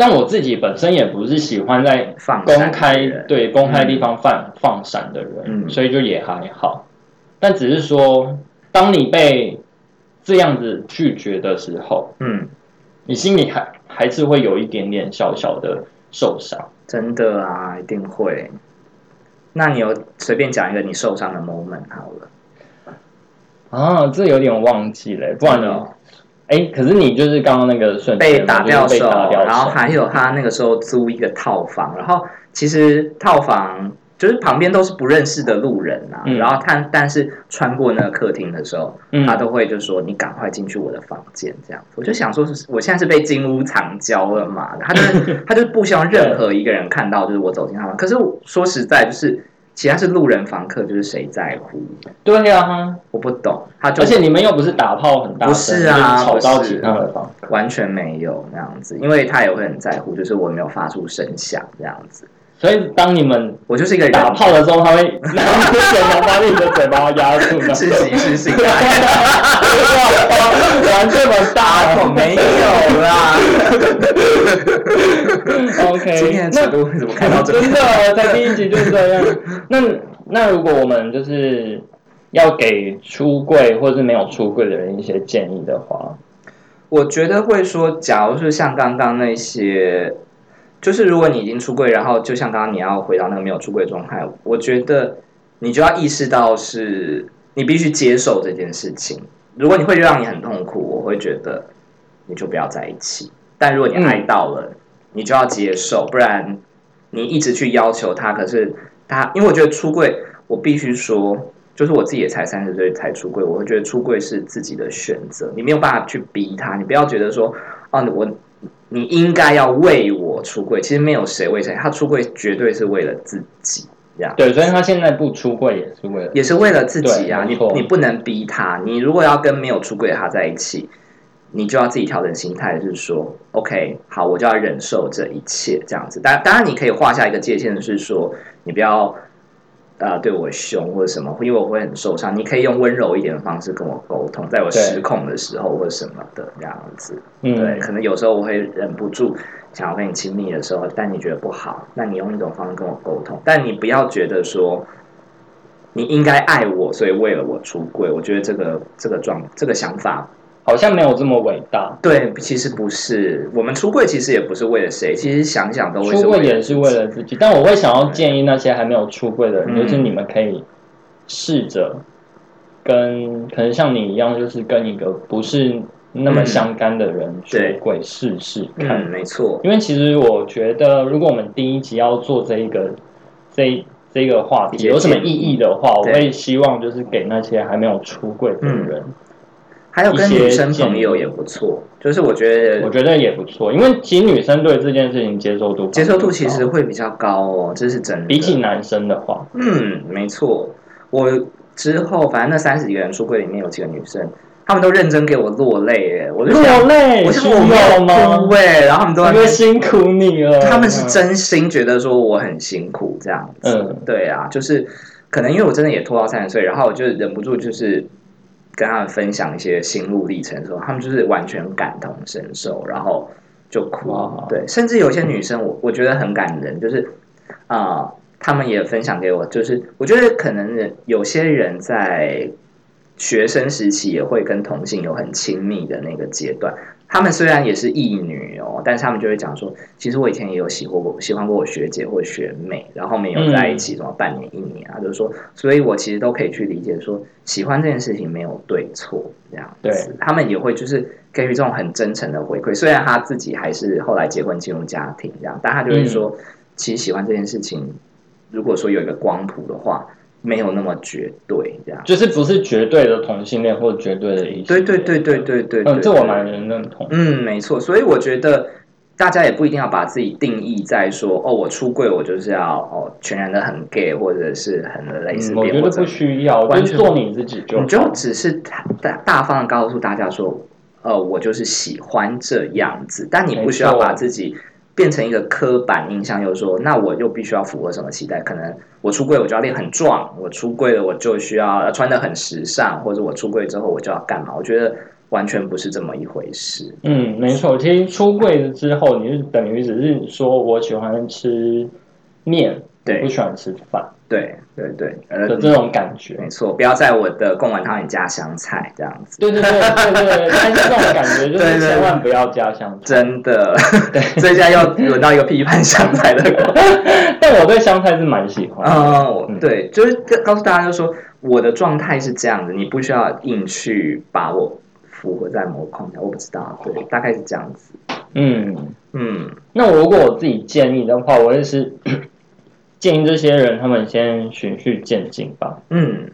Speaker 1: 但我自己本身也不是喜欢在
Speaker 2: 放
Speaker 1: 公
Speaker 2: 闪的
Speaker 1: 开
Speaker 2: 人
Speaker 1: 对公开地方放、放闪的人，
Speaker 2: 嗯
Speaker 1: 所以就也还好。但只是说，当你被这样子拒绝的时候，
Speaker 2: 嗯，
Speaker 1: 你心里还还是会有一点点小小的受伤。
Speaker 2: 真的啊，一定会。那你有随便讲一个你受伤的 moment 好了，
Speaker 1: 啊，这有点忘记了欸，不然
Speaker 2: 真
Speaker 1: 你
Speaker 2: 的哦
Speaker 1: 哎、可是你就是刚刚那个瞬间
Speaker 2: 被打
Speaker 1: 掉
Speaker 2: 掉
Speaker 1: 被
Speaker 2: 手，
Speaker 1: 打掉
Speaker 2: 然后
Speaker 1: 手
Speaker 2: 还有他那个时候租一个套房，然后其实套房就是旁边都是不认识的路人啊，
Speaker 1: 嗯
Speaker 2: 然后他但是穿过那个客厅的时候，
Speaker 1: 嗯
Speaker 2: 他都会就说你赶快进去我的房间这样，我就想说是我现在是被金屋藏娇了嘛，他就
Speaker 1: <laughs>
Speaker 2: 是他就是不希望任何一个人看到就是我走进他房，可是我说实在就是其他是路人房客就是谁在乎，
Speaker 1: 对啊，
Speaker 2: 我不懂，他就
Speaker 1: 而且你们又不是打炮很大
Speaker 2: 不
Speaker 1: 声，
Speaker 2: 是
Speaker 1: 就
Speaker 2: 啊
Speaker 1: 是吵到
Speaker 2: 不是
Speaker 1: 其他的房
Speaker 2: 完全没有那样子，因为他也会很在乎，就是我没有发出声响这样子，
Speaker 1: 所以当你们
Speaker 2: 我就是一个人
Speaker 1: 打炮的时候，他会拿你的手把把你的嘴巴压住呢。 <laughs>
Speaker 2: 是行是行，
Speaker 1: 玩这么
Speaker 2: 啊，
Speaker 1: 大
Speaker 2: 我没有啦。今天
Speaker 1: ，OK，
Speaker 2: 的
Speaker 1: 那
Speaker 2: 尺度怎么看到这
Speaker 1: 真
Speaker 2: 边？
Speaker 1: 的在第一集就是这样。那那如果我们就是要给出柜或是没有出柜的人一些建议的话，
Speaker 2: 我觉得会说，假如是像刚刚那些，就是如果你已经出柜，然后就像刚刚你要回到那个没有出柜的状态，我觉得你就要意识到是你必须接受这件事情。如果你会让你很痛苦，我会觉得你就不要在一起。但如果你爱到了，你就要接受，不然你一直去要求他，可是他，因为我觉得出柜，我必须说，就是我自己也才三十岁才出柜，我会觉得出柜是自己的选择，你没有办法去逼他，你不要觉得说，哦，我你应该要为我出柜，其实没有谁为谁，他出柜绝对是为了自己，这样。
Speaker 1: 对，所以他现在不出柜也是为了
Speaker 2: 也是为了自己啊，
Speaker 1: 对
Speaker 2: 你
Speaker 1: 没错
Speaker 2: 你不能逼他。你如果要跟没有出轨的他在一起，你就要自己调整心态，就是说，OK，好，我就要忍受这一切这样子。当当然，你可以画下一个界限，是说你不要啊、对我凶或者什么，因为我会很受伤。你可以用温柔一点的方式跟我沟通，在我
Speaker 1: 对
Speaker 2: 失控的时候或什么的这样子。对，
Speaker 1: 嗯，
Speaker 2: 可能有时候我会忍不住想要跟你亲密的时候，但你觉得不好，那你用一种方式跟我沟通，但你不要觉得说你应该爱我，所以为了我出柜。我觉得这个这个状这个想法，
Speaker 1: 好像没有这么伟大。
Speaker 2: 对，其实不是我们出柜，其实也不是为了谁，其实想想都会
Speaker 1: 出柜
Speaker 2: 为
Speaker 1: 也是为了自己，但我会想要建议那些还没有出柜的人，
Speaker 2: 嗯
Speaker 1: 就是你们可以试着跟可能像你一样，就是跟一个不是那么相干的人出
Speaker 2: 嗯对
Speaker 1: 柜试试看。
Speaker 2: 嗯，没错，
Speaker 1: 因为其实我觉得，如果我们第一集要做这一个这一这个话题
Speaker 2: 也
Speaker 1: 有什么意义的话，我
Speaker 2: 对嗯
Speaker 1: 会希望就是给那些还没有出柜的人，
Speaker 2: 还有跟
Speaker 1: 一些
Speaker 2: 女生
Speaker 1: 建
Speaker 2: 朋
Speaker 1: 议
Speaker 2: 友也不错，就是我觉
Speaker 1: 我
Speaker 2: 得
Speaker 1: 觉得也不错。因为其实女生对这件事情接受度
Speaker 2: 接受度其
Speaker 1: 高
Speaker 2: 实会比较高哦，这是真的。
Speaker 1: 比起男生的话，
Speaker 2: 嗯， <clears throat> 没错，我之后反正那三十几个人出柜里面有几个女生，她们都认真给我落泪耶，我就想
Speaker 1: 落泪
Speaker 2: 我是
Speaker 1: 需
Speaker 2: 我没
Speaker 1: 要
Speaker 2: 有
Speaker 1: 吗
Speaker 2: 哭？哎，然后他们都在
Speaker 1: 因为辛苦你了，
Speaker 2: 他们是真心觉得说我很辛苦这样子。
Speaker 1: 嗯
Speaker 2: 对啊，就是可能因为我真的也拖到三十岁，然后我就忍不住就是跟他们分享一些心路历程的时候，他们就是完全感同身受，然后就哭
Speaker 1: 哇。
Speaker 2: 对，甚至有些女生我我觉得很感人，就是啊、呃他们也分享给我，就是我觉得可能人有些人在。学生时期也会跟同性有很亲密的那个阶段，他们虽然也是异女哦，但是他们就会讲说，其实我以前也有喜欢过喜欢过我学姐或学妹，然后后面有在一起什么半年一年啊，就是说，所以我其实都可以去理解说，喜欢这件事情没有对错这样子。他们也会就是给予这种很真诚的回馈，虽然他自己还是后来结婚进入家庭这样，但他就会说，其实喜欢这件事情，如果说有一个光谱的话，没有那么绝对这样。
Speaker 1: 就是不是绝对的同性恋或绝对的异性恋
Speaker 2: 对对对对对对对，
Speaker 1: 嗯，这我蛮能认同。
Speaker 2: 嗯，没错，所以我觉得大家也不一定要把自己定义在说哦，我出柜我就是要哦全然的很 gay 或者是很类似
Speaker 1: 嗯，我觉得不需要，
Speaker 2: 完
Speaker 1: 就
Speaker 2: 全
Speaker 1: 是做你自己就
Speaker 2: 你
Speaker 1: 好。
Speaker 2: 就只是大大大方的告诉大家说，呃，我就是喜欢这样子，但你不需要
Speaker 1: 没错
Speaker 2: 把自己变成一个刻板印象，又说那我又必须要符合什么期待？可能我出柜我就要练很壮，我出柜了我就需要呃穿的很时尚，或者我出柜之后我就要干嘛？我觉得完全不是这么一回事。
Speaker 1: 嗯，没错。其实出柜之后，你就等于只是说我喜欢吃面，
Speaker 2: 对
Speaker 1: 我不喜欢吃饭
Speaker 2: 对对对，呃
Speaker 1: 的，这种感觉。
Speaker 2: 没错，不要在我的贡丸汤里加香菜，这样子，
Speaker 1: 对对对对对对，但是这种感觉就
Speaker 2: 对对
Speaker 1: 是
Speaker 2: 对
Speaker 1: 千万不要加香菜。
Speaker 2: 真的。 <laughs> 所以现在又轮到一个批判香菜
Speaker 1: <laughs>
Speaker 2: 的人。
Speaker 1: 但我对香菜是蛮喜欢的。
Speaker 2: 嗯，我对，就是跟告诉大家，就是说我的状态是这样子，你不需要硬去把我符合在某个框架，我不知道，对，大概是这样子。
Speaker 1: 嗯。
Speaker 2: 嗯，
Speaker 1: 那我如果我自己建议的话，我也是建议这些人他们先循序渐进吧。
Speaker 2: 嗯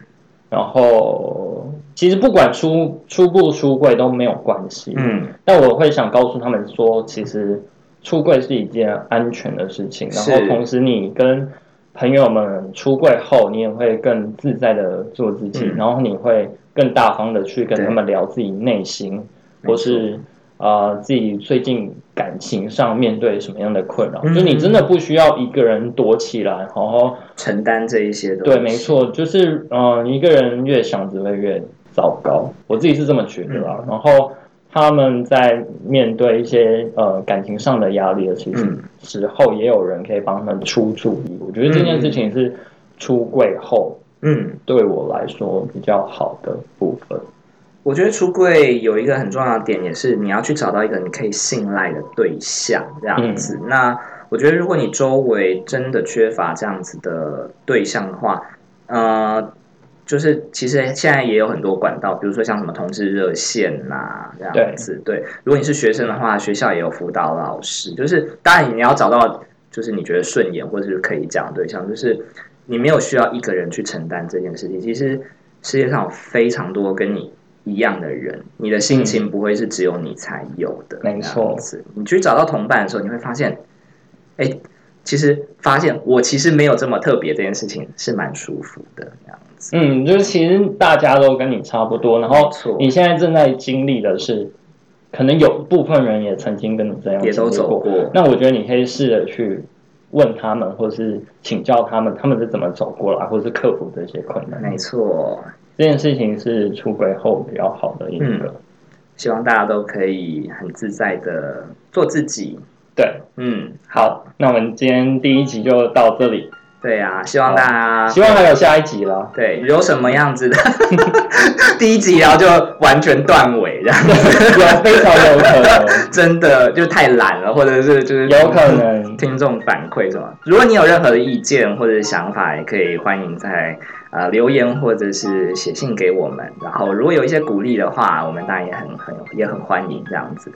Speaker 1: 然后，其实不管出出不出柜都没有关系。，
Speaker 2: 嗯，
Speaker 1: 但我会想告诉他们说，其实出柜是一件安全的事情。然
Speaker 2: 是
Speaker 1: 后，同时你跟朋友们出柜后，你也会更自在的做自己，
Speaker 2: 嗯
Speaker 1: 然后你会更大方的去跟
Speaker 2: 对
Speaker 1: 他们聊自己内心，
Speaker 2: 没
Speaker 1: 或是呃自己最近感情上面对什么样的困扰。
Speaker 2: 嗯
Speaker 1: 就你真的不需要一个人躲起来，然后
Speaker 2: 承担这一些东西，
Speaker 1: 对，没错，就是嗯、呃一个人越想只会越糟糕，我自己是这么觉得啦。
Speaker 2: 嗯
Speaker 1: 然后他们在面对一些呃感情上的压力的时
Speaker 2: 嗯
Speaker 1: 时候，也有人可以帮他们出主意。我觉得这件事情是出柜后
Speaker 2: 嗯，
Speaker 1: 对我来说比较好的部分。
Speaker 2: 我觉得出柜有一个很重要的点，也是你要去找到一个你可以信赖的对象，这样子。
Speaker 1: 嗯
Speaker 2: 那我觉得，如果你周围真的缺乏这样子的对象的话，呃，就是其实现在也有很多管道，比如说像什么同志热线呐、这样子。对，如果你是学生的话，学校也有辅导老师。就是当然你要找到就是你觉得顺眼或者是可以讲的对象，就是你没有需要一个人去承担这件事情。其实世界上有非常多跟你一样的人，你的心情不会是只有你才有的。
Speaker 1: 没错
Speaker 2: 这样子，你去找到同伴的时候，你会发现，哎，其实发现我其实没有这么特别，这件事情是蛮舒服的。这样子，
Speaker 1: 嗯，就是其实大家都跟你差不多，然
Speaker 2: 没
Speaker 1: 后
Speaker 2: 错
Speaker 1: 你现在正在经历的是，可能有部分人也曾经跟你这样
Speaker 2: 也都
Speaker 1: 经历
Speaker 2: 走过。
Speaker 1: 那我觉得你可以试着去问他们，或是请教他们，他们是怎么走过来，或是克服这些困难。
Speaker 2: 没错，
Speaker 1: 这件事情是出轨后比较好的一个，
Speaker 2: 希望大家都可以很自在的做自己。
Speaker 1: 对，
Speaker 2: 嗯，
Speaker 1: 好，那我们今天第一集就到这里，
Speaker 2: 对呀、希望大家
Speaker 1: 希望还有下一集啦。 <laughs>
Speaker 2: 对有什么样子的 <laughs> 第一集，然后就完全断尾这样
Speaker 1: 有非常有可能，
Speaker 2: <laughs> 真的就太懒了，或者是就是
Speaker 1: 有可能，
Speaker 2: 听众反馈什么。如果你有任何的意见或者想法，也可以欢迎在呃留言或者是写信给我们。然后如果有一些鼓励的话，我们当然也很很也很欢迎这样子。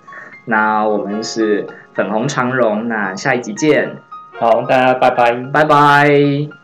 Speaker 2: 那我们是粉红长荣，那下一集见，
Speaker 1: 好，大家拜拜。
Speaker 2: 拜拜。